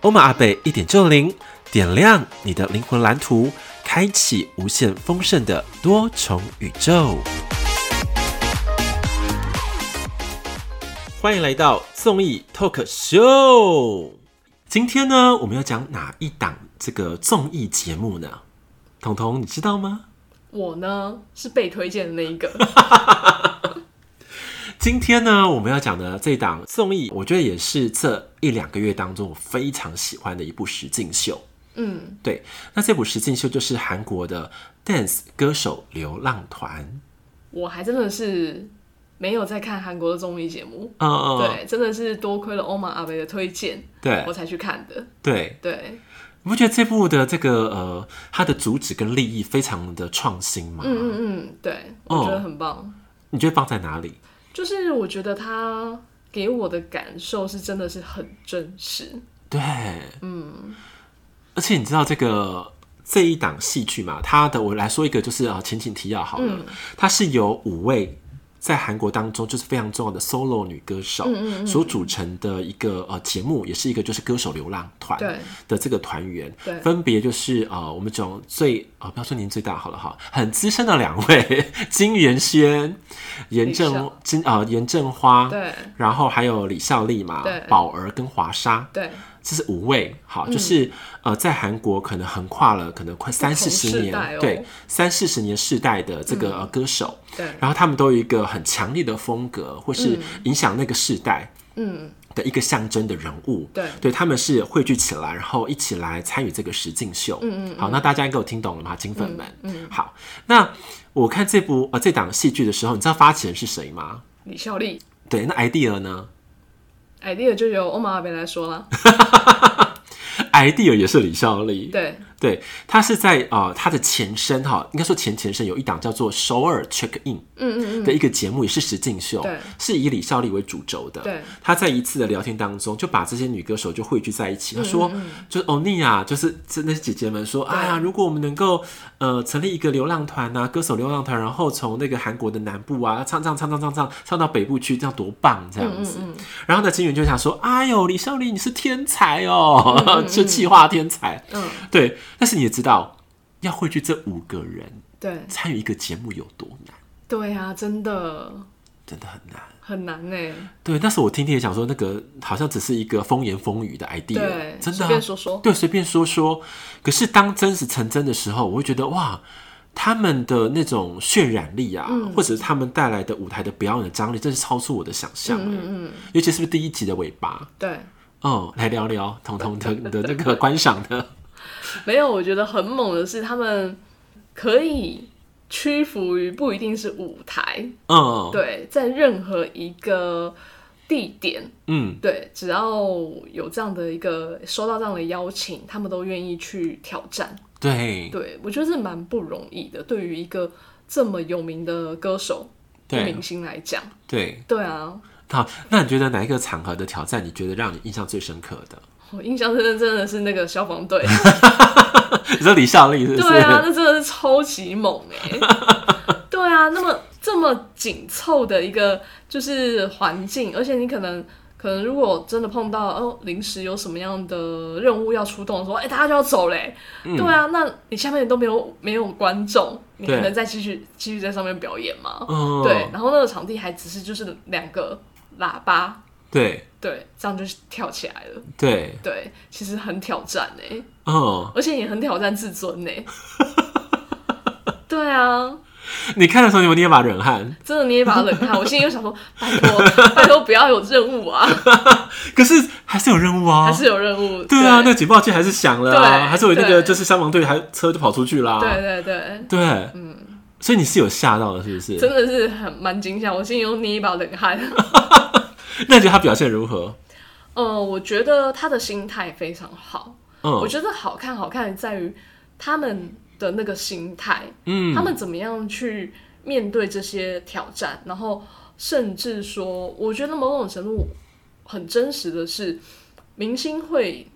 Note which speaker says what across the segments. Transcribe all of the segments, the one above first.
Speaker 1: 欧玛阿贝一点就灵，点亮你的灵魂蓝图，开启无限丰盛的多重宇宙。欢迎来到综艺 Talk Show。今天呢，我们要讲哪一档这个综艺节目呢？彤彤，你知道吗？
Speaker 2: 我呢是被推荐的那一个，
Speaker 1: 今天呢，我们要讲的这档综艺，我觉得也是这一两个月当中我非常喜欢的一部实境秀。
Speaker 2: 嗯，
Speaker 1: 对，那这部实境秀就是韩国的 Dance 歌手流浪团。
Speaker 2: 我还真的是没有在看韩国的综艺节目，
Speaker 1: 嗯嗯，嗯
Speaker 2: 对，真的是多亏了欧玛阿贝的推荐，我
Speaker 1: 对
Speaker 2: 才去看的。
Speaker 1: 对，
Speaker 2: 对，
Speaker 1: 你不觉得这部的这个呃，它的主旨跟立意非常的创新吗？
Speaker 2: 嗯嗯嗯，对，我
Speaker 1: 哦
Speaker 2: 觉得很棒。
Speaker 1: 你觉得放在哪里？
Speaker 2: 就是我觉得他给我的感受是真的是很真实，
Speaker 1: 对，嗯，而且你知道这个这一档戏剧嘛，它的我来说一个就是啊，呃前情提要好了，
Speaker 2: 嗯
Speaker 1: 它是由五位。在韩国当中，就是非常重要的 solo 女歌
Speaker 2: 嗯
Speaker 1: 手所组成的一个呃节目，也是一个就是歌手流浪团
Speaker 2: 对
Speaker 1: 的这个团员
Speaker 2: 对，
Speaker 1: 分别就是呃我们讲最呃不要说年纪最大好了哈，很资深的两位 金元轩、严
Speaker 2: 李
Speaker 1: 正
Speaker 2: 晟
Speaker 1: 金呃严正花，
Speaker 2: 对
Speaker 1: 然后还有李孝利嘛
Speaker 2: 对、
Speaker 1: 宝儿跟华莎，
Speaker 2: 对
Speaker 1: 这是五位，好，就是、呃，在韩国可能横跨了可能快三四十
Speaker 2: 世
Speaker 1: 年，
Speaker 2: 代哦
Speaker 1: 对，三四十年世代的这个、呃歌手，
Speaker 2: 对，
Speaker 1: 然后他们都有一个很强烈的风格，或是影响那个世代
Speaker 2: 嗯，
Speaker 1: 的一个象征的人物，
Speaker 2: 对
Speaker 1: 对，他们是汇聚起来，然后一起来参与这个实境秀，嗯嗯，好，那大家应该有听懂了吗，金粉们，嗯，好，那我看这部呃这档戏剧的时候，你知道发起人是谁吗？
Speaker 2: 李孝利
Speaker 1: 对，那 idea 呢
Speaker 2: idea 就由欧玛阿贝来说啦。
Speaker 1: ？idea 也是李孝利，
Speaker 2: 对，
Speaker 1: 对，它是在呃它的前身哈，应该说前前身有一档叫做《首尔 Check In》
Speaker 2: 嗯嗯
Speaker 1: 的一个节目，也是实境秀
Speaker 2: 对，
Speaker 1: 是以李孝利为主轴的。
Speaker 2: 对，
Speaker 1: 他在一次的聊天当中，就把这些女歌手就汇聚在一
Speaker 2: 嗯
Speaker 1: 起。他说，就是欧尼亚，就是这那些姐姐们说，哎呀，如果我们能够呃成立一个流浪团啊，歌手流浪团，然后从那个韩国的南部啊，唱唱唱唱唱唱唱到北部去，这样多棒，这样
Speaker 2: 嗯
Speaker 1: 子。然后呢，金元就想说，哎呦，李孝利你是天才哦， 就气化天才。
Speaker 2: 嗯，
Speaker 1: 对，但是你也知道，要汇聚这五个人
Speaker 2: 对
Speaker 1: 参与一个节目有多难，
Speaker 2: 对啊，真的
Speaker 1: 真的很难。
Speaker 2: 很难呢。
Speaker 1: 对，那时候我听听也想说，那个好像只是一个风言风语的 idea，
Speaker 2: 对，
Speaker 1: 真的
Speaker 2: 随
Speaker 1: 啊、
Speaker 2: 便说说。
Speaker 1: 对，随便说说。可是当真实成真的时候，我会觉得哇，他们的那种渲染力啊，
Speaker 2: 嗯
Speaker 1: 或者是他们带来的舞台的表演的张力，真是超出我的想象、欸。嗯嗯尤其是第一集的尾巴，
Speaker 2: 对，
Speaker 1: 嗯，来聊聊彤彤的你的那个观赏的，
Speaker 2: 没有，我觉得很猛的是他们可以屈服于不一定是舞台，
Speaker 1: 嗯
Speaker 2: 对，在任何一个地点，
Speaker 1: 嗯，
Speaker 2: 对，只要有这样的一个收到这样的邀请，他们都愿意去挑战。
Speaker 1: 对
Speaker 2: 对我觉得这蛮不容易的，对于一个这么有名的歌手、
Speaker 1: 对
Speaker 2: 明星来讲，
Speaker 1: 对，
Speaker 2: 对啊，
Speaker 1: 好，那你觉得哪一个场合的挑战，你觉得让你印象最深刻的？
Speaker 2: 我印象深的真的是那个消防队。
Speaker 1: 你说李孝 利是不是？
Speaker 2: 对啊，那真的是超级猛哎、 对啊，那么这么紧凑的一个就是环境，而且你可能可能如果真的碰到哦临时有什么样的任务要出动的时候，哎、大家就要走嘞、对啊，那你下面都没有没有观众，你
Speaker 1: 对
Speaker 2: 可能再继续继续在上面表演嘛？
Speaker 1: 嗯，
Speaker 2: 对，然后那个场地还只是就是两个喇叭，
Speaker 1: 对
Speaker 2: 对，这样就跳起来了。
Speaker 1: 对，
Speaker 2: 对，其实很挑战哎、
Speaker 1: 嗯，
Speaker 2: 而且也很挑战自尊呢。对啊，
Speaker 1: 你看的时候你有捏把冷汗，
Speaker 2: 真的捏一把冷汗，我心里就想说，拜 托，拜托不要有任务啊，
Speaker 1: 可是还是有任务啊
Speaker 2: 还。是有任务。
Speaker 1: 对啊，那警报器还是响了啊，
Speaker 2: 对
Speaker 1: 还是有那个
Speaker 2: 对
Speaker 1: 就是消防队还车就跑出去啦。
Speaker 2: 对对对，
Speaker 1: 对，嗯，所以你是有吓到的，是不
Speaker 2: 真
Speaker 1: 是？
Speaker 2: 的是很蛮惊吓，我心里又捏一把冷汗。
Speaker 1: 那你觉得他表现如何？
Speaker 2: 呃，我觉得他的心态非常好，
Speaker 1: 嗯
Speaker 2: 我觉得好看好看在于他们的那个心态，
Speaker 1: 嗯
Speaker 2: 他们怎么样去面对这些挑战，然后甚至说，我觉得某种程度很真实的是，明星会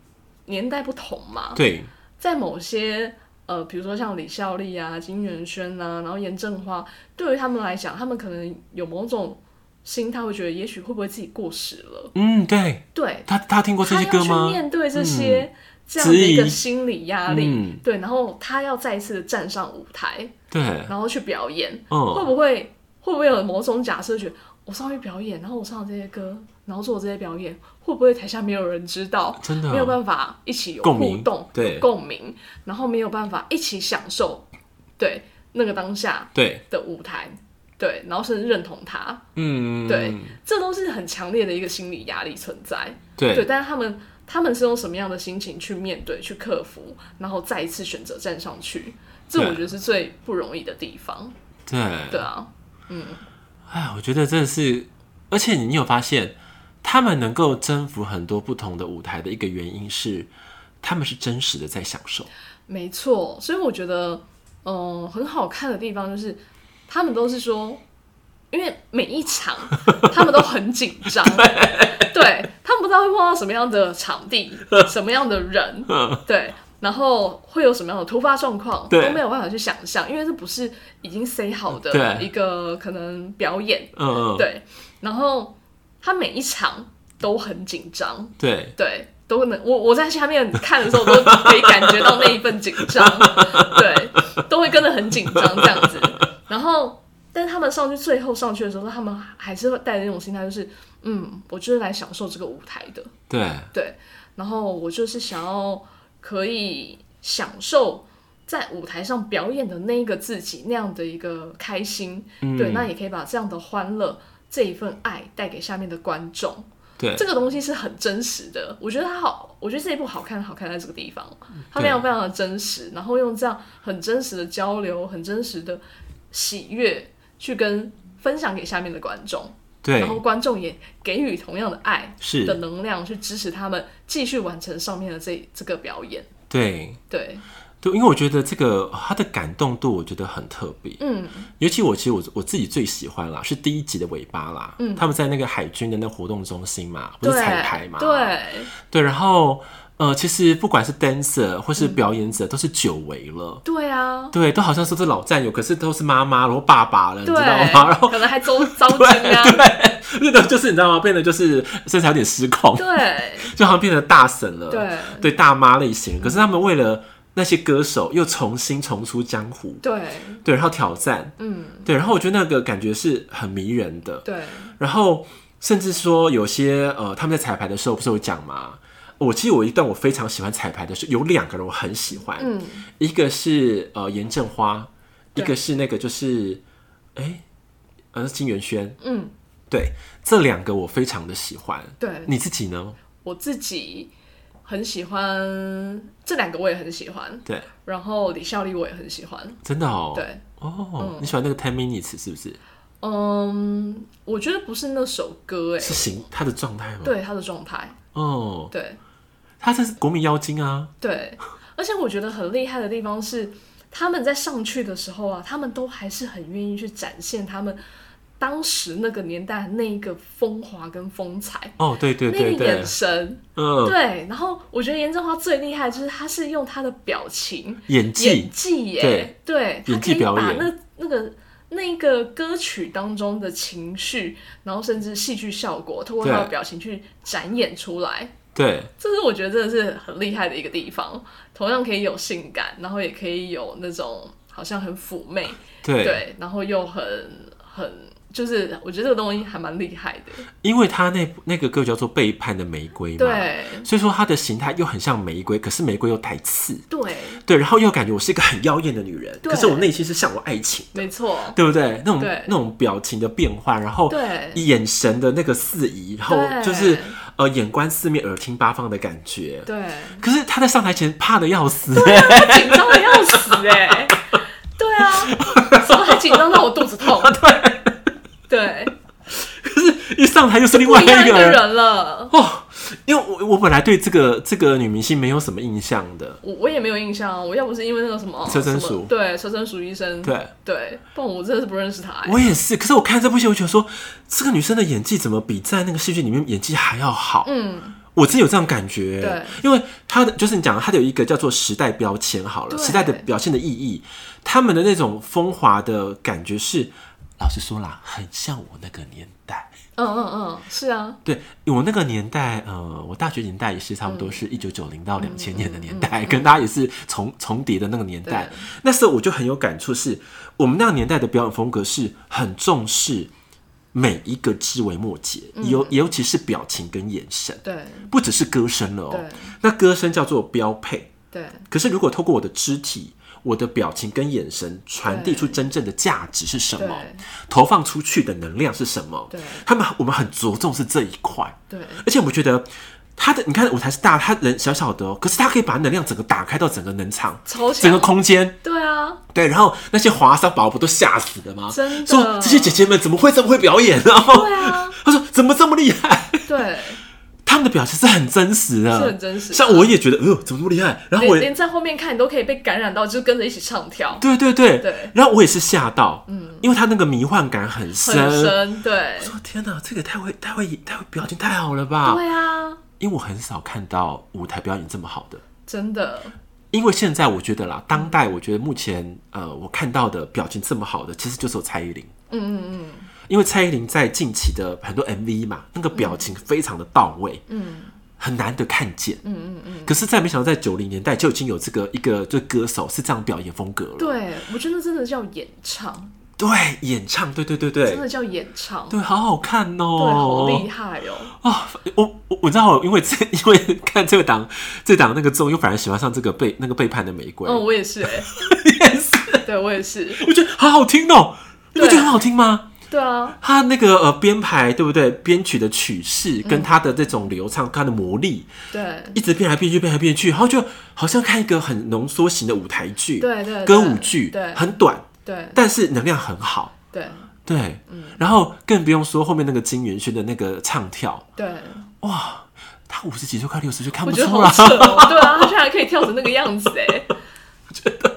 Speaker 2: 年代不同嘛，
Speaker 1: 对，
Speaker 2: 在某些呃，比如说像李孝利啊、金元萱啊，然后严正花，对于他们来讲，他们可能有某种心态，会觉得也许会不会自己过时了？
Speaker 1: 嗯，对
Speaker 2: 对，
Speaker 1: 他他听过这
Speaker 2: 他
Speaker 1: 些歌
Speaker 2: 要去
Speaker 1: 吗？嗯
Speaker 2: 面对这些这样的一
Speaker 1: 质
Speaker 2: 个
Speaker 1: 疑
Speaker 2: 心理压力，
Speaker 1: 嗯，
Speaker 2: 对，然后他要再一次的站上舞台，
Speaker 1: 对，
Speaker 2: 然后去表演，会
Speaker 1: 嗯，
Speaker 2: 不会会不会有某种假设，觉得我上去表演，然后我唱这些歌，然后做这些表演，会不会台下没有人知道，
Speaker 1: 真的哦啊
Speaker 2: 没有办法一起有
Speaker 1: 共
Speaker 2: 互
Speaker 1: 鸣
Speaker 2: 动，
Speaker 1: 对
Speaker 2: 共鸣，然后没有办法一起享受对那个当下
Speaker 1: 对，
Speaker 2: 的舞台，对，然后甚至认同他，
Speaker 1: 嗯，
Speaker 2: 对，这都是很强烈的一个心理压力存在。对，
Speaker 1: 对，
Speaker 2: 但是他们他们是用什么样的心情去面对、去克服，然后再一次选择站上去，这
Speaker 1: 对啊
Speaker 2: 我觉得是最不容易的地方。
Speaker 1: 对，
Speaker 2: 对啊，
Speaker 1: 哎，我觉得真的是，而且你有发现，他们能够征服很多不同的舞台的一个原因是，他们是真实的在享受。
Speaker 2: 没错。所以我觉得，嗯、很好看的地方就是他们都是说，因为每一场他们都很紧 张，对他们不知道会碰到什么样的场地、什么样 的人，对。然后会有什么样的突发状况
Speaker 1: 对
Speaker 2: 都没有办法去想象，因为这不是已经 say 好的
Speaker 1: 对
Speaker 2: 一个可能表演，
Speaker 1: 嗯，嗯
Speaker 2: 对，然后他每一场都很紧张，
Speaker 1: 对
Speaker 2: 对，都能我我在下面看的时候都可以感觉到那一份紧张，对，都会跟着很紧张这样子。然后，但是他们上去最后上去的时候，他们还是会带着那种心态，就是嗯，我就是来享受这个舞台的，
Speaker 1: 对
Speaker 2: 对，然后我就是想要可以享受在舞台上表演的那一个自己那样的一个开心，
Speaker 1: 嗯
Speaker 2: 对，那也可以把这样的欢乐这一份爱带给下面的观众，
Speaker 1: 对
Speaker 2: 这个东西是很真实的。我觉得它好，我觉得这一部好看，好看在这个地方，它
Speaker 1: 对
Speaker 2: 非常非常的真实，然后用这样很真实的交流，很真实的喜悦去跟分享给下面的观众，然后
Speaker 1: 对，
Speaker 2: 观众也给予同样的爱，的
Speaker 1: 是，
Speaker 2: 能量去支持他们继续完成上面的这这个表演。
Speaker 1: 对。
Speaker 2: 对，
Speaker 1: 对，因为我觉得这个它的感动度，我觉得很特别。
Speaker 2: 嗯，
Speaker 1: 尤其我其实我我自己最喜欢啦，是第一集的尾巴啦。嗯，他们在那个海军的那活动中心嘛，不
Speaker 2: 对，
Speaker 1: 是彩排嘛？
Speaker 2: 对，
Speaker 1: 对，然后呃，其实不管是 dancer 或
Speaker 2: 嗯
Speaker 1: 是表演者，都是久违了。
Speaker 2: 对啊，
Speaker 1: 对，都好像说是老战友，可是都是妈妈，然后爸爸了，你知
Speaker 2: 对，
Speaker 1: 道吗？然后
Speaker 2: 可能还遭遭
Speaker 1: 对
Speaker 2: 惊啊，
Speaker 1: 对，那种就是你知道吗？变得就是身材有点失控，
Speaker 2: 对
Speaker 1: 就好像变成大神了，
Speaker 2: 对
Speaker 1: 对，大妈类型。可是他们为了那些歌手，又重新重出江湖，
Speaker 2: 对，
Speaker 1: 对，然后挑战，
Speaker 2: 嗯，
Speaker 1: 对，然后我觉得那个感觉是很迷人的。
Speaker 2: 对，
Speaker 1: 然后甚至说有些呃，他们在彩排的时候不是有讲吗？我其实有一段我非常喜欢彩排的是有两个人我很喜欢，
Speaker 2: 嗯，
Speaker 1: 一个是呃严正花，一
Speaker 2: 对
Speaker 1: 个是那个就是哎，呃是金元轩，
Speaker 2: 嗯，
Speaker 1: 对，这两个我非常的喜欢。
Speaker 2: 对
Speaker 1: 你自己呢？
Speaker 2: 我自己很喜欢这两个，我也很喜欢，
Speaker 1: 对，
Speaker 2: 然后李孝利我也很喜欢，
Speaker 1: 真的哦，，
Speaker 2: 对。
Speaker 1: 哦，你喜欢那个 Ten Minutes 是不是？
Speaker 2: 嗯，我觉得不是那首歌哎、
Speaker 1: 是行他的状态吗？，
Speaker 2: 对他的状态，
Speaker 1: 哦，
Speaker 2: 对，
Speaker 1: 他这是国民妖精啊，
Speaker 2: 对，而且我觉得很厉害的地方是，他们在上去的时候啊，他们都还是很愿意去展现他们当时那个年代那一个风华跟风采，
Speaker 1: 哦，对对对
Speaker 2: 那个
Speaker 1: 对
Speaker 2: 眼，神，
Speaker 1: 嗯，
Speaker 2: 对。然后我觉得严正花最厉害的就是他是用他的表情、
Speaker 1: 演
Speaker 2: 演
Speaker 1: 技，
Speaker 2: 技耶
Speaker 1: 对，
Speaker 2: 对，他
Speaker 1: 演
Speaker 2: 可
Speaker 1: 技
Speaker 2: 以
Speaker 1: 表
Speaker 2: 把
Speaker 1: 演
Speaker 2: 那那个。那个歌曲当中的情绪，然后甚至戏剧效果，通过他的
Speaker 1: 对
Speaker 2: 表情去展演出来。
Speaker 1: 对
Speaker 2: 这是我觉得真的是很厉害的一个地方，同样可以有性感，然后也可以有那种好像很妩媚，
Speaker 1: 对
Speaker 2: 对，然后又很很就是我觉得这个东西还蛮厉害的，
Speaker 1: 因为他那那个歌叫做《背叛的玫瑰》嘛，，
Speaker 2: 对
Speaker 1: 所以说它的形态又很像玫瑰，可是玫瑰又带刺，
Speaker 2: 对，
Speaker 1: 对，然后又感觉我是一个很妖艳的女人，
Speaker 2: 对
Speaker 1: 可是我内心是向往爱情，
Speaker 2: 没错，
Speaker 1: 对不对？那种
Speaker 2: 对
Speaker 1: 那种表情的变换，然后
Speaker 2: 对
Speaker 1: 眼神的那个四移，然后
Speaker 2: 对
Speaker 1: 就是呃眼观四面，耳听八方的感觉。
Speaker 2: 对，啊
Speaker 1: 可是他在上台前怕的要死，
Speaker 2: 紧张的要死哎、 对啊，怎么还紧张到我肚子痛？对，
Speaker 1: 一上台就是另
Speaker 2: 不
Speaker 1: 外
Speaker 2: 一样
Speaker 1: 一
Speaker 2: 一
Speaker 1: 个
Speaker 2: 个人了，
Speaker 1: 哦，因为我我本来对这个这个女明星没有什么印象的，
Speaker 2: 我我也没有印象啊，我要不是因为那个什么
Speaker 1: 车贞
Speaker 2: 什么
Speaker 1: 淑
Speaker 2: 对车贞淑医生，
Speaker 1: 对
Speaker 2: 对，不然我真的是不认识他、欸。
Speaker 1: 我也是。可是我看这部戏，我觉得说这个女生的演技怎么比在那个戏剧里面演技还要好？
Speaker 2: 嗯，
Speaker 1: 我真有这样感觉，
Speaker 2: 对，
Speaker 1: 因为他的就是你讲的，他的有一个叫做时代标签，好了，
Speaker 2: 对
Speaker 1: 时代的表现的意义，他们的那种风华的感觉是，老实说啦，很像我那个年代。
Speaker 2: 嗯嗯嗯，是啊，
Speaker 1: 对我那个年代，呃，我大学年代也是差不
Speaker 2: 嗯
Speaker 1: 多是一九九零到两千年的年代， 跟大家也是重重叠的那个年代
Speaker 2: 对。
Speaker 1: 那时候我就很有感触是，我们那个年代的表演风格是很重视每一个枝微末节，
Speaker 2: 嗯
Speaker 1: 尤、尤其是表情跟眼神。
Speaker 2: 对
Speaker 1: 不只是歌声了哦
Speaker 2: 对，
Speaker 1: 那歌声叫做标配。
Speaker 2: 对
Speaker 1: 可是如果透过我的肢体、我的表情跟眼神传递出真正的价值是什么
Speaker 2: 对，
Speaker 1: 投放出去的能量是什么
Speaker 2: 对，
Speaker 1: 他们我们很着重是这一块，
Speaker 2: 对
Speaker 1: 而且我觉得。他的你看舞台是大，他人小小的哦，可是他可以把能量整个打开到整个能场，
Speaker 2: 超强
Speaker 1: 整个空间，
Speaker 2: 对啊，
Speaker 1: 对，然后那些华商宝宝不都吓死了吗？
Speaker 2: 真的
Speaker 1: 说这些姐姐们怎么会这么会表演呢？
Speaker 2: 对啊，
Speaker 1: 他说怎么这么厉害？ 啊
Speaker 2: 对，
Speaker 1: 他们的表情是很真实的，
Speaker 2: 是很真实的
Speaker 1: 像我也觉得，哎呦，怎么那么厉害？然后我
Speaker 2: 连
Speaker 1: 也
Speaker 2: 连在后面看你都可以被感染到，就是跟着一起唱跳，
Speaker 1: 对对对
Speaker 2: 对
Speaker 1: 然后我也是吓到，嗯，因为他那个迷幻感很深。
Speaker 2: 很深，对
Speaker 1: 我天哪，这个太会太会太会表情太好了吧？
Speaker 2: 对啊，
Speaker 1: 因为我很少看到舞台表演这么好的。
Speaker 2: 真的
Speaker 1: 因为现在我觉得啦，当代我觉得目前呃，我看到的表情这么好的，其实就是有蔡依林。嗯嗯嗯。因为蔡依林在近期的很多 MV 嘛，那个表情非常的到位，嗯，很难得看见，嗯嗯嗯。可是再没想到，在九零年代就已经有这个一个就歌手是这样表演风格了，
Speaker 2: 对，我觉得那真的叫演唱，
Speaker 1: 对，演唱，对对对
Speaker 2: 真
Speaker 1: 对，
Speaker 2: 的叫演唱，
Speaker 1: 对，好好看哦、
Speaker 2: 对，好厉害哦，
Speaker 1: 哦，我我我知道，因为这因为看这个档这档那个综艺，我反而喜欢上这个背那个背叛的玫瑰，
Speaker 2: 嗯，我也是、欸，对我也是，
Speaker 1: 我觉得好好听哦，
Speaker 2: 啊
Speaker 1: 你不觉得很好听吗？
Speaker 2: 对啊，
Speaker 1: 他那个呃编排对不对？编曲的曲式
Speaker 2: 嗯
Speaker 1: 跟他的这种流畅，他的魔力，
Speaker 2: 对
Speaker 1: 一直变来变去，变来变去，然后就好像看一个很浓缩型的舞台剧，
Speaker 2: 对对对
Speaker 1: 歌舞剧，
Speaker 2: 对
Speaker 1: 很短，
Speaker 2: 对
Speaker 1: 但是能量很好，
Speaker 2: 对
Speaker 1: 对，然后更不用说后面那个金元勋的那个唱跳，
Speaker 2: 对，
Speaker 1: 哇，他五十几岁快六十岁看
Speaker 2: 我
Speaker 1: 不
Speaker 2: 觉得
Speaker 1: 出
Speaker 2: 好
Speaker 1: 来，
Speaker 2: 扯 哦，对啊，他居然还可以跳成那个样子、欸，哎，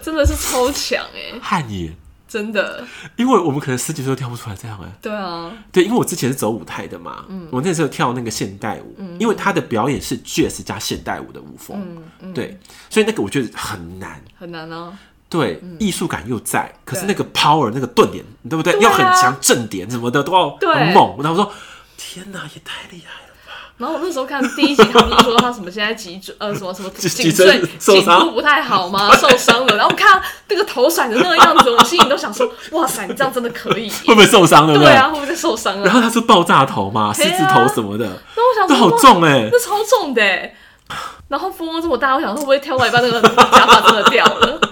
Speaker 2: 真的是超强哎、
Speaker 1: 汗颜，
Speaker 2: 真的，
Speaker 1: 因为我们可能十几岁都跳不出来这样哎、
Speaker 2: 对啊，
Speaker 1: 对，因为我之前是走舞台的嘛，
Speaker 2: 嗯
Speaker 1: 我那时候跳那个现代舞，因为他的表演是 jazz 加现代舞的舞风，
Speaker 2: 嗯
Speaker 1: 对，所以那个我觉得很难，
Speaker 2: 很难啊，
Speaker 1: 对，艺术感又在，可是
Speaker 2: 对
Speaker 1: 那个 power 那个顿点，对不对？
Speaker 2: 对啊
Speaker 1: 要很强，正点什么的都要
Speaker 2: 对
Speaker 1: 很猛。然后我说，天哪，也太厉害了吧！
Speaker 2: 然后我那时候看 第一集，他不是说他什么现在脊椎呃什么什么
Speaker 1: 脊
Speaker 2: 颈
Speaker 1: 脊
Speaker 2: 椎
Speaker 1: 椎受
Speaker 2: 颈
Speaker 1: 伤
Speaker 2: 部不太好 吗？受伤了。然后我看他那个头甩成那个样子，我心里都想说，哇塞，你这样真的可以耶。
Speaker 1: 会不会受伤？对不
Speaker 2: 对啊，会不会再受伤
Speaker 1: 然后
Speaker 2: 啊？
Speaker 1: 他是爆炸头嘛，狮
Speaker 2: 对啊
Speaker 1: 子头什么的，
Speaker 2: 那我想
Speaker 1: 这
Speaker 2: 说，
Speaker 1: 好
Speaker 2: 哇
Speaker 1: 重哎、
Speaker 2: 那超重的耶。然后风这么大，我想会不会跳到一半那个假发真的掉了？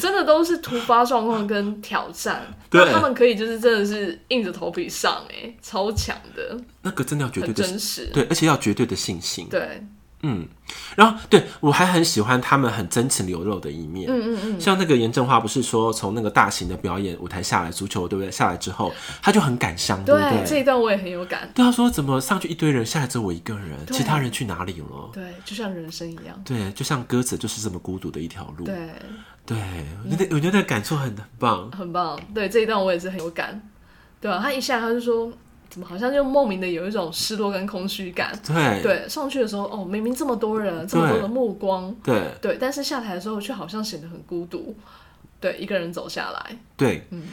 Speaker 2: 真的都是突发状况跟挑战，
Speaker 1: 对
Speaker 2: 那他们可以就是真的是硬着头皮上、哎，超强的，
Speaker 1: 那个真的要绝对
Speaker 2: 很
Speaker 1: 的
Speaker 2: 真实。
Speaker 1: 对，而且要绝对的信心。
Speaker 2: 对，
Speaker 1: 嗯，然后对我还很喜欢他们很真情流露的一面。嗯嗯嗯，像那个严正华不是说从那个大型的表演舞台下来，足球对不对？下来之后他就很感伤，对
Speaker 2: 对
Speaker 1: 不
Speaker 2: 这
Speaker 1: 对？
Speaker 2: 一段我也很有感。
Speaker 1: 对，他啊说怎么上去一堆人，下来只有我一个人，
Speaker 2: 对
Speaker 1: 其他人去哪里了？
Speaker 2: 对，就像人生一样。
Speaker 1: 对，就像鸽子就是这么孤独的一条路。
Speaker 2: 对，
Speaker 1: 对，我觉得我觉得感触很很棒。
Speaker 2: 很棒。对这一段我也是很有感，对啊吧、他一下他就说，怎么好像就莫名的有一种失落跟空虚感。
Speaker 1: 对
Speaker 2: 对，上去的时候，哦，明明这么多人，这么多的目光，
Speaker 1: 对
Speaker 2: 对，但是下台的时候却好像显得很孤独，对，一个人走下来，
Speaker 1: 对，
Speaker 2: 嗯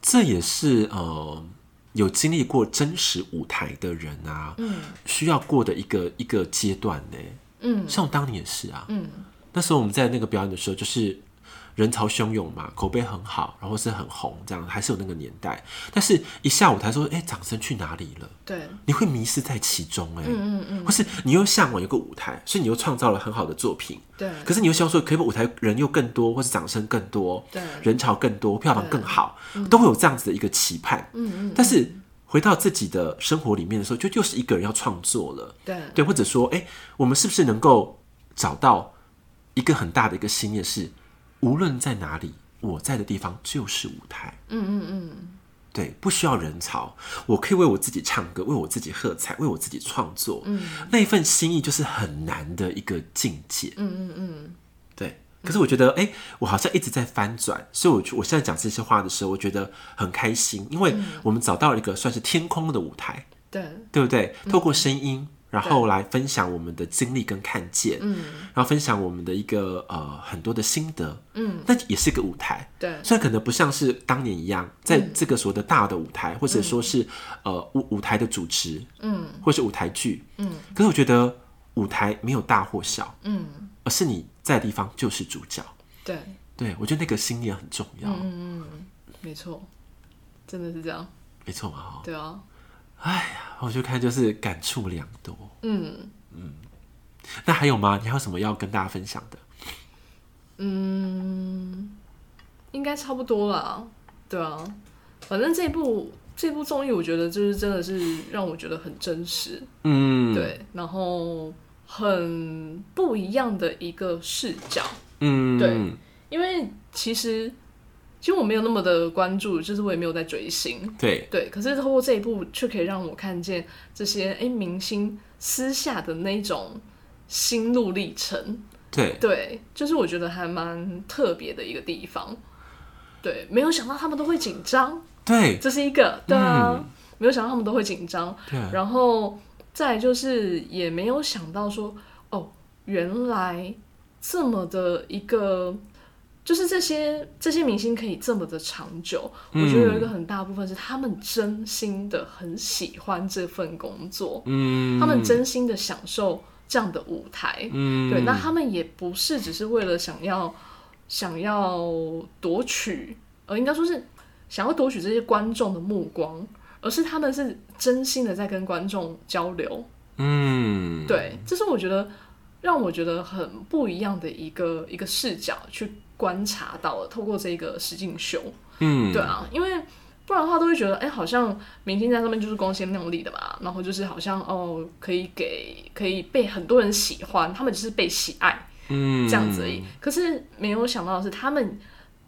Speaker 1: 这也是呃有经历过真实舞台的人啊，需要过的一个一个阶段呢。
Speaker 2: 嗯
Speaker 1: 像我当年也是啊，
Speaker 2: 嗯，
Speaker 1: 那时候我们在那个表演的时候，就是人潮汹涌嘛，口碑很好，然后是很红，这样还是有那个年代。但是一下舞台说，哎、掌声去哪里了？
Speaker 2: 对，
Speaker 1: 你会迷失在其中、哎，
Speaker 2: 嗯嗯嗯，
Speaker 1: 或是你又向往有个舞台，所以你又创造了很好的作品，
Speaker 2: 对，
Speaker 1: 可是你又希望说，可以把舞台人又更多，或是掌声更多，
Speaker 2: 对嗯
Speaker 1: 人潮更多，票房更好，都会有这样子的一个期盼。
Speaker 2: 嗯嗯，
Speaker 1: 但是回到自己的生活里面的时候，就又是一个人要创作了，
Speaker 2: 对，
Speaker 1: 对，或者说，哎、我们是不是能够找到一个很大的一个心愿是，无论在哪里，我在的地方就是舞台。
Speaker 2: 嗯嗯嗯，
Speaker 1: 对，不需要人潮，我可以为我自己唱歌，为我自己喝彩，为我自己创作。嗯，那一份心意就是很难的一个境界。嗯嗯嗯，对。可是我觉得，哎、我好像一直在翻转，所以我就我现在讲这些话的时候，我觉得很开心，因为我们找到了一个算是天空的舞台。
Speaker 2: 对，
Speaker 1: 对不对？透过声音，然后来分享我们的经历跟看见，嗯，然后分享我们的一个呃很多的心得，嗯，那也是一个舞台，
Speaker 2: 对
Speaker 1: 虽然可能不像是当年一样，在这个所谓的大的舞台，或者说是呃舞舞台的主持，嗯，或是舞台剧，嗯，可是我觉得舞台没有大或小，嗯，而是你在的地方就是主角，
Speaker 2: 对，
Speaker 1: 对我觉得那个心念很重要，
Speaker 2: 没错，真的是这样。
Speaker 1: 没错嘛，哦
Speaker 2: 对啊，
Speaker 1: 我就看就是感触良多。
Speaker 2: 嗯
Speaker 1: 那还有吗？你还有什么要跟大家分享的？
Speaker 2: 嗯，应该差不多啦。对啊，反正这部这部综艺，我觉得就是真的是让我觉得很真实，
Speaker 1: 嗯，
Speaker 2: 对，然后很不一样的一个视角。
Speaker 1: 嗯，
Speaker 2: 对因为其实其实我没有那么的关注，就是我也没有在追星，
Speaker 1: 对
Speaker 2: 对。可是透过这一部，却可以让我看见这些哎明星私下的那种心路历程，
Speaker 1: 对
Speaker 2: 对，就是我觉得还蛮特别的一个地方。对，没有想到他们都会紧张，
Speaker 1: 对嗯
Speaker 2: 这是一个对啊，没有想到他们都会紧张，
Speaker 1: 对
Speaker 2: 然后再来就是也没有想到说，哦，原来这么的一个，就是这些这些明星可以这么的长久。我觉得有一个很大部分是他们真心的很喜欢这份工作，
Speaker 1: 嗯
Speaker 2: 他们真心的享受这样的舞台。
Speaker 1: 嗯
Speaker 2: 对，那他们也不是只是为了想要想要夺取，呃，应该说是想要夺取这些观众的目光，而是他们是真心的在跟观众交流。
Speaker 1: 嗯，
Speaker 2: 对，这是我觉得让我觉得很不一样的一个一个视角去观察到了，透过这个实境秀，
Speaker 1: 嗯
Speaker 2: 对啊，因为。不然的话，都会觉得，哎、好像明星在上面就是光鲜亮丽的嘛，然后就是好像哦，可以给可以被很多人喜欢，他们只是被喜爱，
Speaker 1: 嗯
Speaker 2: 这样子而已。可是没有想到的是，他们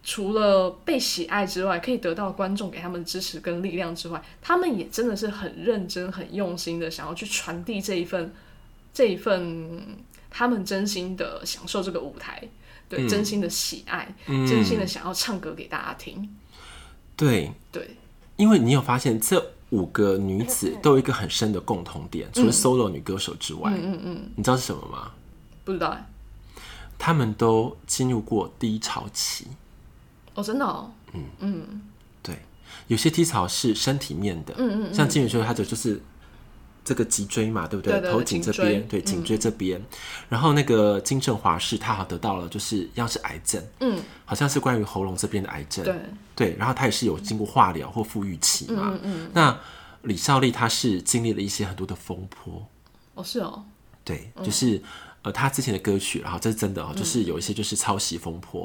Speaker 2: 除了被喜爱之外，可以得到观众给他们的支持跟力量之外，他们也真的是很认真、很用心的想要去传递这一份 这一份嗯他们真心的享受这个舞台，对，真心的喜爱，
Speaker 1: 嗯
Speaker 2: 真心的想要唱歌给大家听，
Speaker 1: 对，
Speaker 2: 对，
Speaker 1: 因为你有发现这五个女子都有一个很深的共同点，
Speaker 2: 嗯
Speaker 1: 除了 solo 女歌手之外，嗯嗯嗯，你知道是什么吗？
Speaker 2: 不知道哎、
Speaker 1: 她们都进入过低潮期，
Speaker 2: 哦，真的哦，
Speaker 1: 对，有些低潮是身体面的，嗯嗯像金宇轩他的就是这个脊椎嘛，对不
Speaker 2: 对对对
Speaker 1: 头颈这
Speaker 2: 颈
Speaker 1: 边，
Speaker 2: 椎嗯
Speaker 1: 对，颈椎这边。然后那个金正华是他好像得到了就是要是癌症，
Speaker 2: 嗯，
Speaker 1: 好像是关于喉咙这边的癌症，
Speaker 2: 对，
Speaker 1: 对，然后他也是有经过化疗或复愈期嘛，嗯那李孝利他是经历了一些很多的风波，
Speaker 2: 哦是哦，
Speaker 1: 对，就是、呃，他之前的歌曲，然后这是真的
Speaker 2: 嗯
Speaker 1: 哦，就是有一些就是抄袭风波，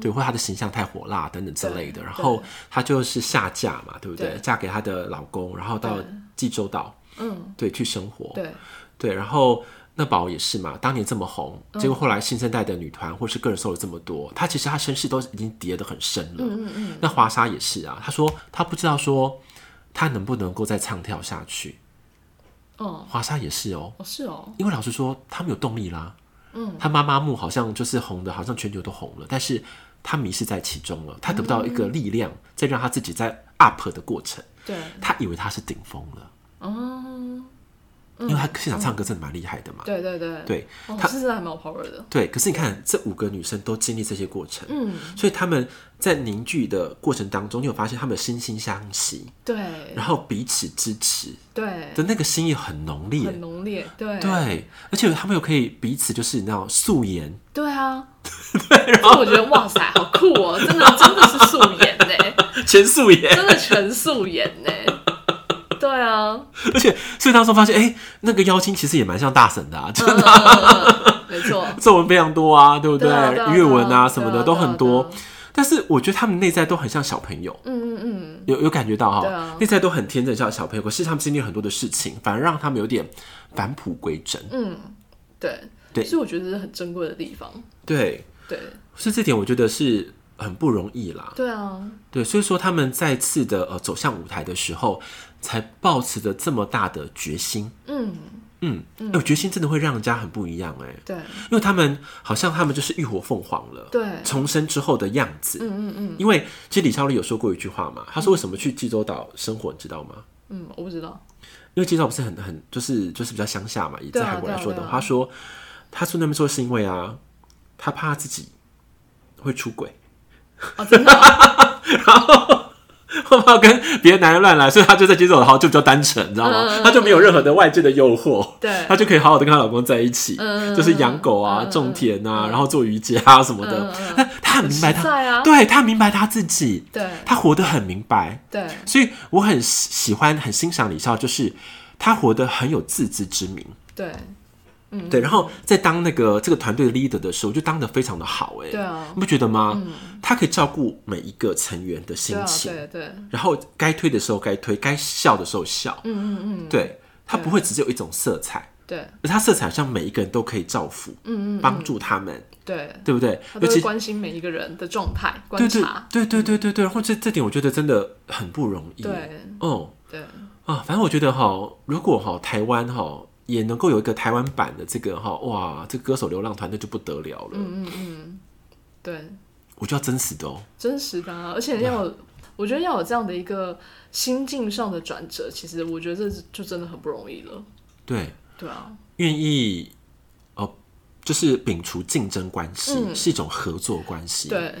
Speaker 1: 对，或他的形象太火辣等等之类的，
Speaker 2: 对
Speaker 1: 然后她就是下嫁嘛，对不对？
Speaker 2: 对
Speaker 1: 嫁给她的老公，然后到
Speaker 2: 对
Speaker 1: 济州岛，
Speaker 2: 嗯，
Speaker 1: 对，去生活，
Speaker 2: 对，
Speaker 1: 对，然后那宝也是嘛，当年这么红，
Speaker 2: 嗯
Speaker 1: 结果后来新生代的女团或是个人收了这么多，她其实她身世都已经跌得很深了。嗯嗯那华莎也是啊，她说她不知道说她能不能够再唱跳下去。
Speaker 2: 哦
Speaker 1: 华莎也是哦，
Speaker 2: 哦是哦，
Speaker 1: 因为老实说，他们有动力啦。嗯，他妈妈木好像就是红的，好像全球都红了，但是他迷失在其中了，他得不到一个力量，再让他自己在 up 的过程，
Speaker 2: 对，
Speaker 1: 他以为他是顶峰了，
Speaker 2: 哦，
Speaker 1: 因为他现场唱歌真的蛮厉害的嘛。
Speaker 2: 对对对，
Speaker 1: 对
Speaker 2: 哦
Speaker 1: 他
Speaker 2: 是真的还蛮有 power 的，
Speaker 1: 对，可是你看，这五个女生都经历这些过程，
Speaker 2: 嗯，
Speaker 1: 所以他们在凝聚的过程当中，你有发现他们惺惺相惜，
Speaker 2: 对
Speaker 1: 然后彼此支持
Speaker 2: 对，
Speaker 1: 的那个心意很浓烈
Speaker 2: 很。浓烈，对
Speaker 1: 对，啊而且他们又可以彼此就是你知道素颜，
Speaker 2: 对 啊，对，然后我觉得哇塞，好酷哦，真的真的是素颜呢、
Speaker 1: 全素颜，
Speaker 2: 真的全素颜呢、对 啊，
Speaker 1: 而且，所以当时发现，哎、那个妖精其实也蛮像大神的啊，就
Speaker 2: 嗯嗯嗯没错，
Speaker 1: 皱纹非常多啊，对不
Speaker 2: 对啊对啊
Speaker 1: 阅文
Speaker 2: 对啊
Speaker 1: 什
Speaker 2: 对啊
Speaker 1: 么的
Speaker 2: 对啊
Speaker 1: 都很多
Speaker 2: 对啊。
Speaker 1: 但是我觉得他们内在都很像小朋友，
Speaker 2: 嗯嗯
Speaker 1: 有有感觉到
Speaker 2: 对
Speaker 1: 哈
Speaker 2: 啊，
Speaker 1: 内在都很天真，像小朋友。可是他们经历很多的事情，反而让他们有点返璞归真。
Speaker 2: 嗯嗯，对
Speaker 1: 对
Speaker 2: 所以我觉得这是很珍贵的地方，
Speaker 1: 对，
Speaker 2: 对
Speaker 1: 所以这点我觉得是很不容易啦。
Speaker 2: 对啊，
Speaker 1: 对，所以说他们再次的呃走向舞台的时候，才抱持着这么大的决心。
Speaker 2: 嗯，
Speaker 1: 嗯，有、决心真的会让人家很不一样哎、
Speaker 2: 对，
Speaker 1: 因为他们好像他们就是浴火凤凰了，
Speaker 2: 对
Speaker 1: 重生之后的样子。
Speaker 2: 嗯嗯嗯
Speaker 1: 因为其实李超人有说过一句话嘛，他说为什么去济州岛生活，你知道吗？
Speaker 2: 嗯，我不知道，
Speaker 1: 因为济州岛不是很很就是就是比较乡下嘛，以
Speaker 2: 对
Speaker 1: 在
Speaker 2: 啊
Speaker 1: 韩国来说的话，
Speaker 2: 对啊对啊
Speaker 1: 他说他住那边说是因为啊，他怕自己会出轨，
Speaker 2: 哦，真的 啊
Speaker 1: 会怕跟别的男人乱来，所以他就在济州岛好就比较单纯，你知道吗？
Speaker 2: 嗯嗯嗯
Speaker 1: 他就没有任何的外界的诱惑。
Speaker 2: 对
Speaker 1: 她，就可以好好的跟她老公在一起，
Speaker 2: 嗯
Speaker 1: 就是养狗啊、
Speaker 2: 嗯
Speaker 1: 种田啊，然后做瑜伽啊什么的。
Speaker 2: 嗯嗯
Speaker 1: 她她很明白
Speaker 2: 很
Speaker 1: 她，
Speaker 2: 实在啊
Speaker 1: 对她明白她自己，
Speaker 2: 对
Speaker 1: 她活得很明白。
Speaker 2: 对
Speaker 1: 所以我很喜喜欢、很欣赏李笑，就是她活得很有自知之明。
Speaker 2: 对嗯
Speaker 1: 对，然后在当那个这个团队的 leader 的时候，就当得非常的好、哎，
Speaker 2: 对啊
Speaker 1: 你不觉得吗？她可以照顾每一个成员的心
Speaker 2: 对啊，
Speaker 1: 情，
Speaker 2: 对对，
Speaker 1: 然后该推的时候该推，该笑的时候笑，
Speaker 2: 嗯嗯
Speaker 1: 对，她不会只有一种色彩。
Speaker 2: 嗯，对
Speaker 1: 而他色彩好像每一个人都可以造福，嗯嗯，帮助他们，
Speaker 2: 对，
Speaker 1: 对不对？尤
Speaker 2: 他都会
Speaker 1: 其
Speaker 2: 关心每一个人的状态，
Speaker 1: 对
Speaker 2: 观
Speaker 1: 对
Speaker 2: 察，
Speaker 1: 对对对对对，然后这这点我觉得真的很不容易，
Speaker 2: 对
Speaker 1: 哦
Speaker 2: 对
Speaker 1: 啊，反正我觉得哈，如果哈台湾哈也能够有一个台湾版的这个哈，哇，这个歌手流浪团队就不得了了，
Speaker 2: 对，
Speaker 1: 我就要真实的哦，
Speaker 2: 真实的、啊，而且要有，我觉得要有这样的一个心境上的转折，其实我觉得这就真的很不容易了，
Speaker 1: 对，
Speaker 2: 对啊，
Speaker 1: 愿意哦，就是摒除竞争关系，是一种合作关系，
Speaker 2: 对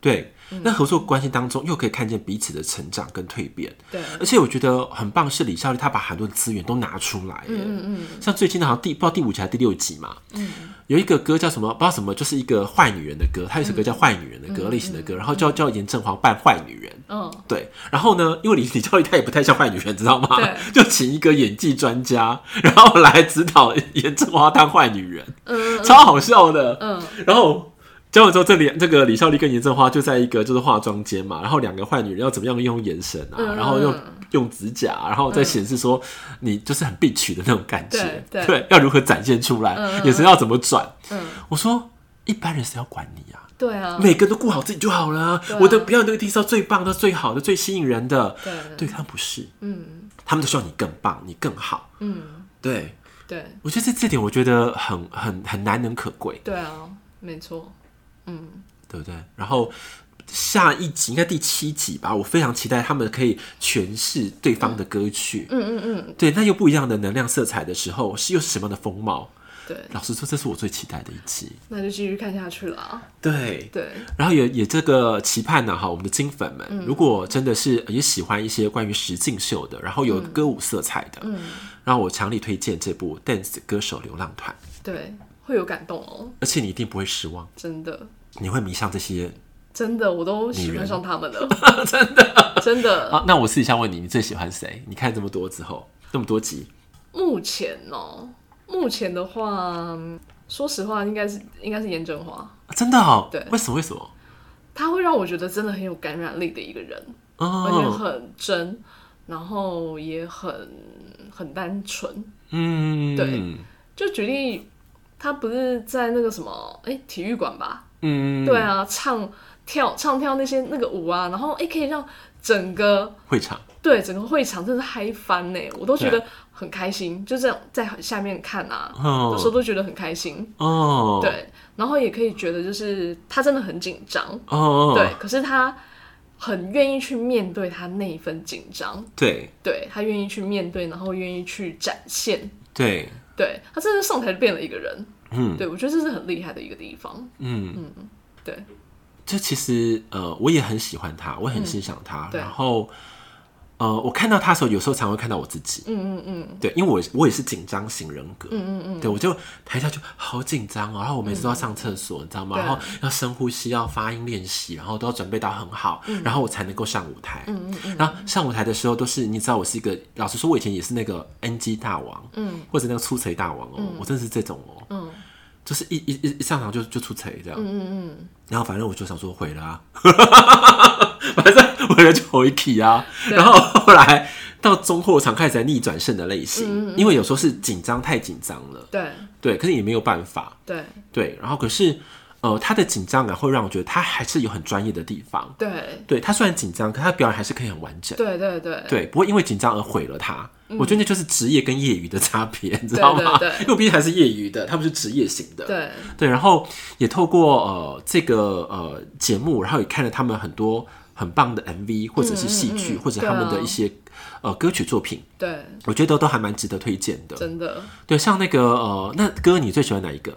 Speaker 1: 对，那合作关系当中又可以看见彼此的成长跟蜕变，
Speaker 2: 对
Speaker 1: 而且我觉得很棒是李孝利，他把很多的资源都拿出来。嗯嗯像最近的好像第不知道第五集还是第六集嘛，嗯，有一个歌叫什么不知道什么，就是一个坏女人的歌，他有一首歌叫坏女人的歌类型的歌，然后叫叫严正煌扮坏女人。
Speaker 2: 嗯
Speaker 1: 对，然后呢，因为李 李孝利他也不太像坏女人，知道吗？
Speaker 2: 对
Speaker 1: 就请一个演技专家， 然后来指导严正煌当坏女人，
Speaker 2: 嗯
Speaker 1: 超好笑的。
Speaker 2: 嗯，
Speaker 1: 然后交往之后，这里这个李孝利跟严正花就在一个就是化妆间嘛，然后两个坏女人要怎么样用眼神啊，
Speaker 2: 嗯
Speaker 1: 然后用用指甲，然后再显示说你就是很必取的那种感觉，
Speaker 2: 对对
Speaker 1: 要如何展现出来，
Speaker 2: 嗯
Speaker 1: 眼神要怎么转。
Speaker 2: 嗯
Speaker 1: 我说一般人谁要管你啊？
Speaker 2: 对啊，
Speaker 1: 每个都顾好自己就好了啊、
Speaker 2: 对啊
Speaker 1: 我的表演都一定是要最棒的、最好的、最吸引人的。
Speaker 2: 对
Speaker 1: 对他们不是，
Speaker 2: 嗯
Speaker 1: 他们都希望你更棒，你更好。
Speaker 2: 嗯
Speaker 1: 对
Speaker 2: 对
Speaker 1: 我觉得这这点，我觉得很很很难能可贵。
Speaker 2: 对啊，没错，嗯
Speaker 1: 对不对？然后下一集应该第七集吧，我非常期待他们可以诠释对方的歌曲，
Speaker 2: 嗯嗯嗯，
Speaker 1: 对，那又不一样的能量色彩的时候，是又是什么样的风貌？
Speaker 2: 对，
Speaker 1: 老实说，这是我最期待的一集。
Speaker 2: 那就继续看下去啦，
Speaker 1: 对，
Speaker 2: 对
Speaker 1: 然后也也这个期盼呢，哈，我们的金粉
Speaker 2: 嗯
Speaker 1: 们，如果真的是也喜欢一些关于实境秀的，然后有歌舞色彩的，嗯，然后我强力推荐这部《Dance 歌手流浪团》，
Speaker 2: 对，会有感动哦，
Speaker 1: 而且你一定不会失望，
Speaker 2: 真的。
Speaker 1: 你会迷上这些。
Speaker 2: 真的，我都喜
Speaker 1: 女
Speaker 2: 欢
Speaker 1: 人
Speaker 2: 上他们了，真的，真的。
Speaker 1: 啊，那我私底下问你，你最喜欢谁？你看这么多之后，这么多集，
Speaker 2: 目前哦，目前的话，嗯说实话，应该是应该是严正华，
Speaker 1: 啊真的哦，
Speaker 2: 对
Speaker 1: 为什么？为什么？
Speaker 2: 他会让我觉得真的很有感染力的一个人，而且
Speaker 1: 哦，
Speaker 2: 很真，然后也很很单纯。
Speaker 1: 嗯，
Speaker 2: 对，就举例，他不是在那个什么，哎、体育馆吧？
Speaker 1: 嗯，
Speaker 2: 对，啊，唱跳唱跳那些那个舞啊，然后哎、诶可以让整个
Speaker 1: 会场，
Speaker 2: 对整个会场真的是嗨翻呢，我都觉
Speaker 1: 对
Speaker 2: 得很开心，就这样在下面看啊，有时候
Speaker 1: 哦，
Speaker 2: 都觉得很开心。
Speaker 1: 哦，，
Speaker 2: 对，然后也可以觉得就是他真的很紧张，
Speaker 1: 哦，
Speaker 2: 对，可是他很愿意去面对他那一份紧张，
Speaker 1: 对，
Speaker 2: 对他愿意去面对，然后愿意去展现，
Speaker 1: 对，
Speaker 2: 对他真的上台就变了一个人，
Speaker 1: 嗯
Speaker 2: 对我觉得这是很厉害的一个地方，
Speaker 1: 嗯，
Speaker 2: 对
Speaker 1: 这其实呃，我也很喜欢他，我也很欣赏他，
Speaker 2: 对
Speaker 1: 然后。呃，我看到他的时候，有时候常会看到我自己，
Speaker 2: 嗯嗯嗯，
Speaker 1: 对，因为我我也是紧张型人格，嗯嗯嗯，对我就台下就好紧张哦，然后我每次都要上厕所，你知道吗？
Speaker 2: 对
Speaker 1: 然后要深呼吸，要发音练习，然后都要准备到很好，然后我才能够上舞台，嗯嗯然后上舞台的时候都是，你知道我是一个，老实说，我以前也是那个 NG 大王，嗯，或者那个出锤大王哦，我真的是这种哦，嗯，就是一一一一上场就就出锤这样，嗯嗯嗯，然后反正我就想说毁了啊。 反正我人就回 k 啊，然后后来到中后场开始才逆转胜的类
Speaker 2: 嗯
Speaker 1: 型，因为有时候是紧张太紧张了，
Speaker 2: 对
Speaker 1: 对，可是也没有办法，
Speaker 2: 对
Speaker 1: 对，然后可是呃，他的紧张感会让我觉得他还是有很专业的地方。
Speaker 2: 对
Speaker 1: 对他虽然紧张，可他表演还是可以很完整。
Speaker 2: 对对对嗯
Speaker 1: 对，不会因为紧张而毁了他。我觉得那就是职业跟业余的差别，你知道吗？
Speaker 2: 对对对
Speaker 1: 因为我毕竟还是业余的，他们是职业型的。
Speaker 2: 对
Speaker 1: 对，然后也透过呃这个呃节目，然后也看了他们很多很棒的 MV，或者是戏剧，
Speaker 2: 嗯嗯
Speaker 1: 或者他们
Speaker 2: 对
Speaker 1: 的
Speaker 2: 啊
Speaker 1: 一些、呃歌曲作品，
Speaker 2: 对，
Speaker 1: 我觉得都都还蛮值得推荐的。
Speaker 2: 真的，
Speaker 1: 对，像那个呃，那歌你最喜欢哪一个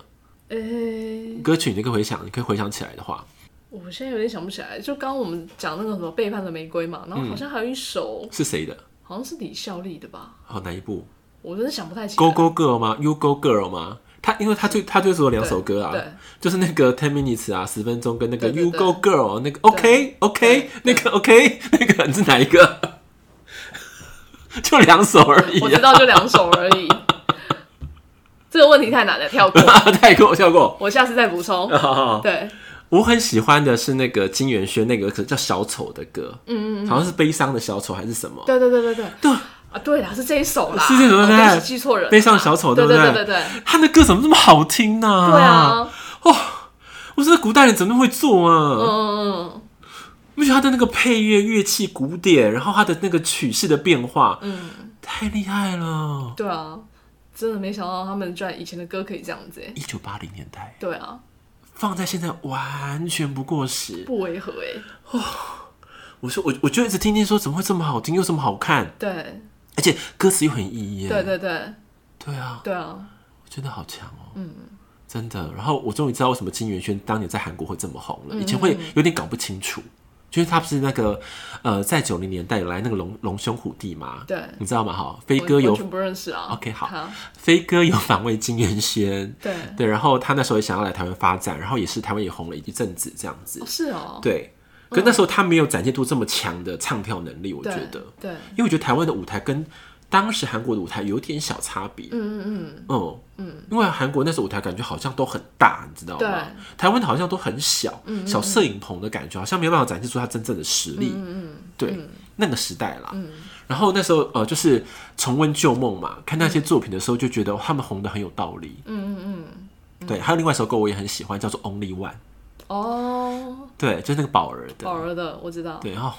Speaker 2: 诶、
Speaker 1: 歌曲？你可以回想，你可以回想起来的话，
Speaker 2: 我现在有点想不起来，就刚刚我们讲那个什么背叛的玫瑰嘛，然后好像还有一首，
Speaker 1: 是谁的？
Speaker 2: 好像是李孝利的吧，
Speaker 1: 哦，哪一部
Speaker 2: 我真的想不太起来。
Speaker 1: ？Go Go Girl 吗？You Go Girl 吗？他因为他 最他最出了两首歌啊
Speaker 2: 对对，
Speaker 1: 就是那个 Ten Minutes 啊，十分钟跟那个
Speaker 2: 对对
Speaker 1: You
Speaker 2: 对
Speaker 1: Go Girl 那个 OK OK 那个 OK 那个你是哪一个？ 就两首而已、啊，
Speaker 2: 我知道就两首而 已。这个问题太难了，跳过，
Speaker 1: 太过跳过。
Speaker 2: 我下次再补充。
Speaker 1: 哦
Speaker 2: 对，
Speaker 1: 我很喜欢的是那个金元轩那个叫小丑的歌，嗯嗯好像是悲伤的小丑还是什么？
Speaker 2: 对对对对对。
Speaker 1: 对
Speaker 2: 啊，对啦，是这一首啦，
Speaker 1: 是这首对
Speaker 2: 哦
Speaker 1: 不对
Speaker 2: 对不起记错人了啦，
Speaker 1: 悲伤小丑
Speaker 2: 对
Speaker 1: 对哦不
Speaker 2: 对
Speaker 1: 对
Speaker 2: 对对对，
Speaker 1: 他的歌怎么这么好听呢、
Speaker 2: 对啊，
Speaker 1: 我说古代人怎么那么会做
Speaker 2: 嗯
Speaker 1: 啊？
Speaker 2: 嗯嗯，
Speaker 1: 而且他的那个配乐、乐器、古典，然后他的那个曲式的变化，
Speaker 2: 嗯，
Speaker 1: 太厉害了！
Speaker 2: 对啊，真的没想到他们居然以前的歌可以这样子欸，
Speaker 1: 一九八零年代
Speaker 2: 对啊，
Speaker 1: 放在现在完全不过时。
Speaker 2: 不违和哎，
Speaker 1: 我说我我就一直听听说怎么会这么好听，又这么好看，
Speaker 2: 对
Speaker 1: 而且歌词又很有意义耶。
Speaker 2: 对对对
Speaker 1: 对啊，
Speaker 2: 对啊，
Speaker 1: 真的好强哦。嗯。真的，然后我终于知道为什么金元轩当年在韩国会这么红了，
Speaker 2: 嗯
Speaker 1: 以前会有点搞不清楚，就是他不是那个呃，在九零年代有来那个龙龙兄虎弟嘛，
Speaker 2: 对
Speaker 1: 你知道吗？哈，飞
Speaker 2: 我
Speaker 1: 哥有
Speaker 2: 完全不认识啊。
Speaker 1: OK，好飞哥有访问金元轩，
Speaker 2: 对，
Speaker 1: 对，然后他那时候也想要来台湾发展，然后也是台湾也红了一阵子这样子
Speaker 2: 哦，是哦，
Speaker 1: 对。可那时候他没有展现出这么强的唱跳能力，我觉
Speaker 2: 对
Speaker 1: 得，
Speaker 2: 对，
Speaker 1: 因为我觉得台湾的舞台跟当时韩国的舞台有点小差别，
Speaker 2: 嗯嗯嗯，
Speaker 1: 嗯因为韩国那时候舞台感觉好像都很大，你知道
Speaker 2: 对
Speaker 1: 吗？台湾的好像都很小，小摄影棚的感觉，好像没有办法展现出他真正的实力。嗯对，那个时代啦。然后那时候呃，就是重温旧梦嘛，看那些作品的时候就觉得哦他们红的很有道理。嗯嗯嗯。对，还有另外一首歌我也很喜欢，叫做《Only One》，
Speaker 2: 哦，
Speaker 1: 对，就是那个宝儿的。
Speaker 2: 宝儿的我知道，
Speaker 1: 对，然后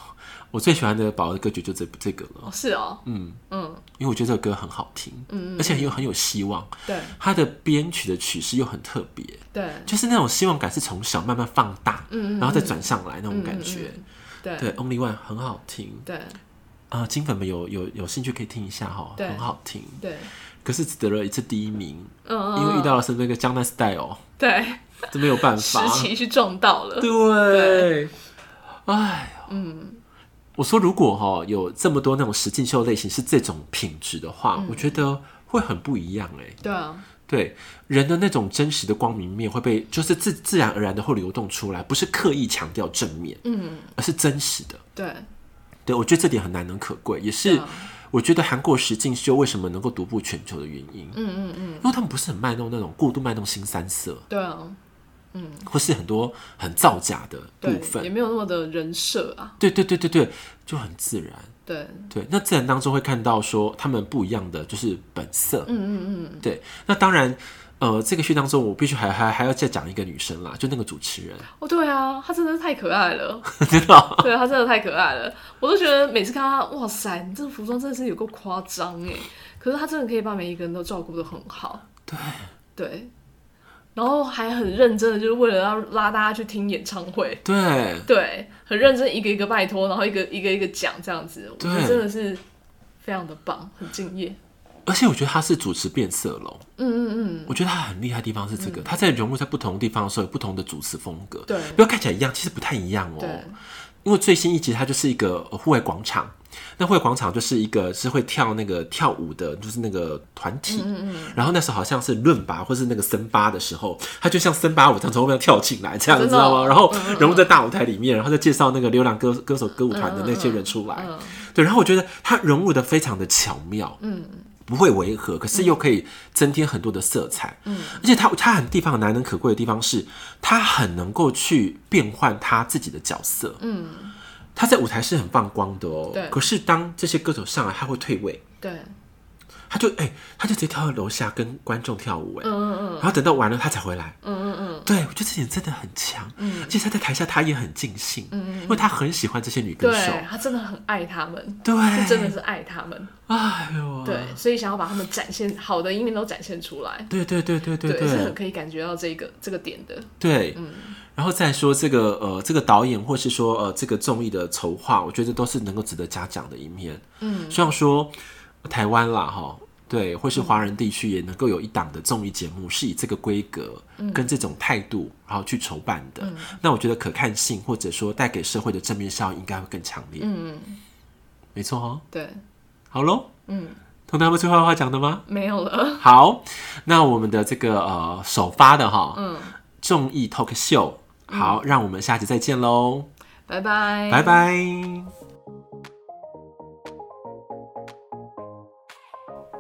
Speaker 1: 我最喜欢的宝儿的歌曲就这这个了，
Speaker 2: 哦是哦，嗯嗯，
Speaker 1: 因为我觉得这个歌很好听，嗯，而且很有很有希望。
Speaker 2: 对
Speaker 1: 它的编曲的曲式又很特别，
Speaker 2: 对
Speaker 1: 就是那种希望感是从小慢慢放大，然后再转上来那种感觉。
Speaker 2: 嗯对
Speaker 1: 对，Only One 很好听
Speaker 2: 对
Speaker 1: 啊、呃金粉们有有有兴趣可以听一下哈，
Speaker 2: 对
Speaker 1: 很好听。
Speaker 2: 对，
Speaker 1: 可是只得了一次第一名，
Speaker 2: 嗯嗯，
Speaker 1: 因为遇
Speaker 2: 嗯
Speaker 1: 到的是那个江南 Style，
Speaker 2: 对
Speaker 1: 这没有办
Speaker 2: 时
Speaker 1: 法。
Speaker 2: 期去撞到了，
Speaker 1: 对，哎呀，嗯，我说如果哈有这么多那种实境秀类型是这种品质的话，我觉得会很不一样哎、
Speaker 2: 对啊，
Speaker 1: 对人的那种真实的光明面会被，就是自自然而然的会流动出来，不是刻意强调正面，
Speaker 2: 嗯
Speaker 1: 而是真实的。
Speaker 2: 对
Speaker 1: 对我觉得这点很难能可贵，也是
Speaker 2: 啊
Speaker 1: 我觉得韩国实境秀为什么能够独步全球的原因。嗯嗯嗯，因为他们不是很卖弄那种过度卖弄新三色，
Speaker 2: 对啊，
Speaker 1: 或是很多很造假的
Speaker 2: 对
Speaker 1: 部分
Speaker 2: 也。没有那么的人设啊，
Speaker 1: 对对对对对，就很自然。
Speaker 2: 对嗯
Speaker 1: 对，那自然当中会看到说他们不一样的就是本色。嗯嗯嗯，对。那当然，呃，这个剧当中我必须还还还要再讲一个女生啦，就那个主持人，
Speaker 2: 哦对啊，他真的是太可爱 了，
Speaker 1: 真的哦、
Speaker 2: 对他真的太可爱了，我都觉得每次看到他，哇塞，你这个服装真的是有够夸张哎，可是他真的可以把每一个人都照顾得很好，对对，然后还很认真的，就是为了要拉大家去听演唱会，
Speaker 1: 对
Speaker 2: 对，很认真一个一个拜托，然后一个一个一个讲这样子，我觉得
Speaker 1: 对
Speaker 2: 真的是非常的棒，很敬业。
Speaker 1: 而且我觉得他是主持变色龙，
Speaker 2: 嗯嗯嗯，
Speaker 1: 我觉得他很厉害的地方是这个，他在融入在不同地方的时候有不同的主持风格，
Speaker 2: 嗯对
Speaker 1: 不要看起来一样，其实不太一样哦。
Speaker 2: 对
Speaker 1: 因为最新一集它就是一个呃户外广场，那户外广场就是一个是会跳那个跳舞的，就是那个团体。
Speaker 2: 嗯
Speaker 1: 然后那时候好像是论拔或是那个森巴的时候，它就像森巴舞这样从后面跳进来，这样
Speaker 2: 真
Speaker 1: 你知
Speaker 2: 的哦
Speaker 1: 道吗？然后融入在大舞台里面，然后再介绍那个流浪歌歌手歌舞团的那些人出
Speaker 2: 嗯
Speaker 1: 来。对，然后我觉得它融入的非常的巧妙。嗯。不会违和，可
Speaker 2: 嗯
Speaker 1: 是又可以增添很多的色彩。嗯，而且它它很地方很难能可贵的地方是，它很能够去变换他自己的角色。嗯，他在舞台是很放光的哦
Speaker 2: 对。
Speaker 1: 可是当这些歌手上来，他会退位，
Speaker 2: 对，
Speaker 1: 他就哎、他就直接跳到楼下跟观众跳舞哎、然后等到完了他才回来。嗯嗯嗯，对，我觉得这点真的很强。
Speaker 2: 嗯
Speaker 1: 而且他在台下他也很尽兴，
Speaker 2: 嗯
Speaker 1: 因为他很喜欢这些女歌手
Speaker 2: 对。他真的很爱他们，
Speaker 1: 对，
Speaker 2: 是真的是爱他们，
Speaker 1: 哎呦，
Speaker 2: 对，所以想要把他们展现好的一面都展现出来，
Speaker 1: 对对对对对
Speaker 2: 是很可以感觉到这个这个点的，
Speaker 1: 对，然后再说这个呃，这个导演或是说呃，这个综艺的筹划，我觉得都是能够值得嘉奖的一面。嗯，希望说呃台湾啦哈，对，或是华人地区也能够有一档的综艺节目是以这个规格跟这种态度，然后去筹办的。那我觉得可看性或者说带给社会的正面效应应该会更强烈。嗯，没错哦。
Speaker 2: 对，
Speaker 1: 好喽，
Speaker 2: 嗯，
Speaker 1: 同他们最后有话讲的吗？
Speaker 2: 没有了，
Speaker 1: 好，那我们的这个呃首发的哈，嗯，综艺 talk show，好，让我们下期再见喽，
Speaker 2: 拜拜，
Speaker 1: 拜拜。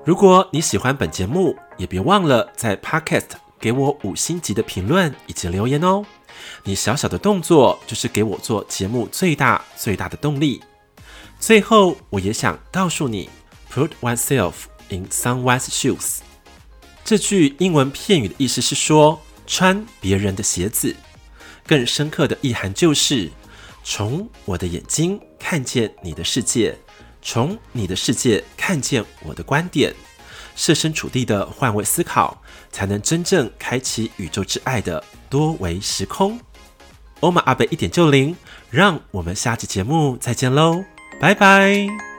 Speaker 1: 如果你喜欢本节目，也别忘了在 Podcast 给我五星级的评论以及留言哦。你小小的动作就是给我做节目最大最大的动力。最后，我也想告诉你，Put oneself in someone's shoes。这句英文片语的意思是说穿别人的鞋子，更深刻的意涵就是从我的眼睛看见你的世界，从你的世界看见我的观点，设身处地的换位思考，才能真正开启宇宙之爱的多维时空。欧玛阿贝一点就灵，让我们下期节目再见喽，拜拜。